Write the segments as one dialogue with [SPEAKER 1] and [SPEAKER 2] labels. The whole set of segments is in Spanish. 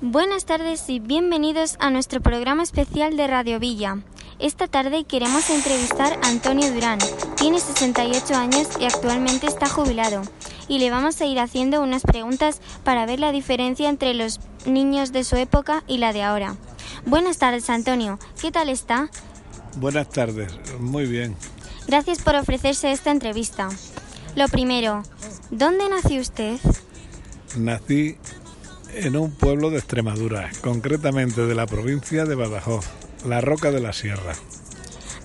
[SPEAKER 1] Buenas tardes y bienvenidos a nuestro programa especial de Radio Villa. Esta tarde queremos entrevistar a Antonio Durán. Tiene 68 años y actualmente está jubilado. Y le vamos a ir haciendo unas preguntas para ver la diferencia entre los niños de su época y la de ahora. Buenas tardes, Antonio. ¿Qué tal está?
[SPEAKER 2] Buenas tardes, muy bien.
[SPEAKER 1] Gracias por ofrecerse esta entrevista. Lo primero, ¿dónde nació usted?
[SPEAKER 2] Nací en un pueblo de Extremadura, concretamente de la provincia de Badajoz, la Roca de la Sierra.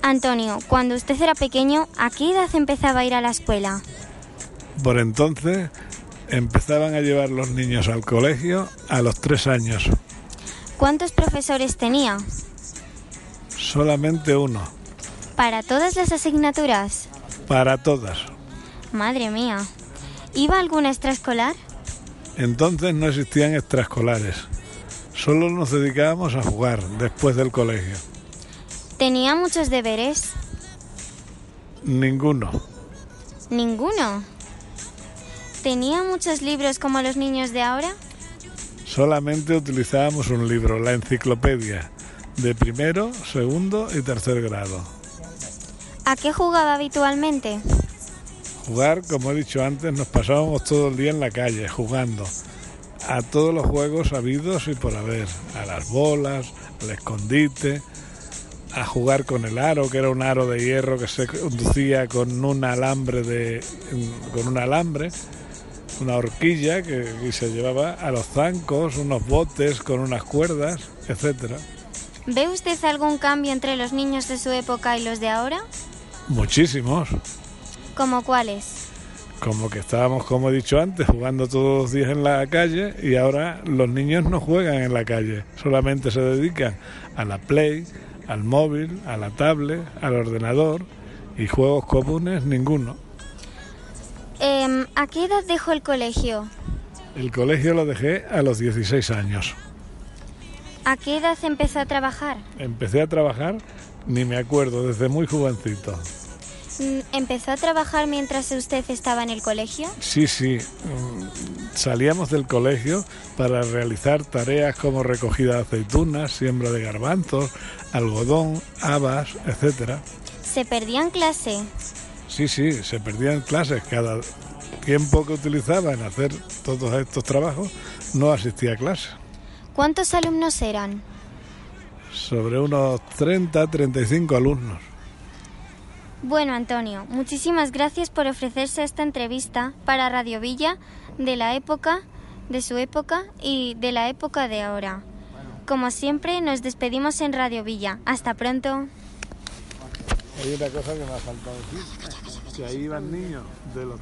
[SPEAKER 1] Antonio, cuando usted era pequeño, ¿a qué edad empezaba a ir a la escuela?
[SPEAKER 2] Por entonces empezaban a llevar los niños al colegio a los tres años,
[SPEAKER 1] ¿Cuántos profesores tenía?
[SPEAKER 2] solamente uno,
[SPEAKER 1] ¿Para todas las asignaturas?
[SPEAKER 2] para todas.
[SPEAKER 1] Madre mía. ¿Iba a alguna extraescolar?
[SPEAKER 2] Entonces no existían extraescolares, solo nos dedicábamos a jugar después del colegio.
[SPEAKER 1] ¿Tenía muchos deberes?
[SPEAKER 2] Ninguno.
[SPEAKER 1] Ninguno. ¿Tenía muchos libros como los niños de ahora?
[SPEAKER 2] Solamente utilizábamos un libro, la enciclopedia, de primero, segundo y tercer grado.
[SPEAKER 1] ¿A qué jugaba habitualmente?
[SPEAKER 2] Jugar, como he dicho antes, nos pasábamos todo el día en la calle jugando a todos los juegos habidos y por haber, a las bolas, al escondite, a jugar con el aro, que era un aro de hierro que se conducía con un alambre de con un alambre, una horquilla que, y se llevaba a los zancos, unos botes con unas cuerdas, etcétera.
[SPEAKER 1] ¿Ve usted algún cambio entre los niños de su época y los de ahora?
[SPEAKER 2] Muchísimos.
[SPEAKER 1] ¿Como cuáles?
[SPEAKER 2] Como que estábamos, como he dicho antes, jugando todos los días en la calle y ahora los niños no juegan en la calle, solamente se dedican a la Play, al móvil, a la tablet, al ordenador y juegos comunes ninguno.
[SPEAKER 1] Em, ¿A qué edad dejó el colegio?
[SPEAKER 2] El colegio lo dejé a los 16 años.
[SPEAKER 1] ¿A qué edad empezó a trabajar?
[SPEAKER 2] Empecé a trabajar, ni me acuerdo, desde muy jovencito.
[SPEAKER 1] Mm, ¿Empezó a trabajar mientras usted estaba en el colegio?
[SPEAKER 2] Sí, sí. mm, Salíamos del colegio para realizar tareas como recogida de aceitunas, siembra de garbanzos, algodón, habas, etcétera.
[SPEAKER 1] ¿Se perdía en clase?
[SPEAKER 2] Sí, sí, se perdían clases. Cada tiempo que utilizaba en hacer todos estos trabajos no asistía a clases.
[SPEAKER 1] ¿Cuántos alumnos eran?
[SPEAKER 2] Sobre unos 30, 35 alumnos.
[SPEAKER 1] Bueno, Antonio, muchísimas gracias por ofrecerse esta entrevista para Radio Villa de la época, de su época y de la época de ahora. Como siempre, nos despedimos en Radio Villa. Hasta pronto.
[SPEAKER 2] Hay una cosa que me ha faltado decir, que ahí iban niños de los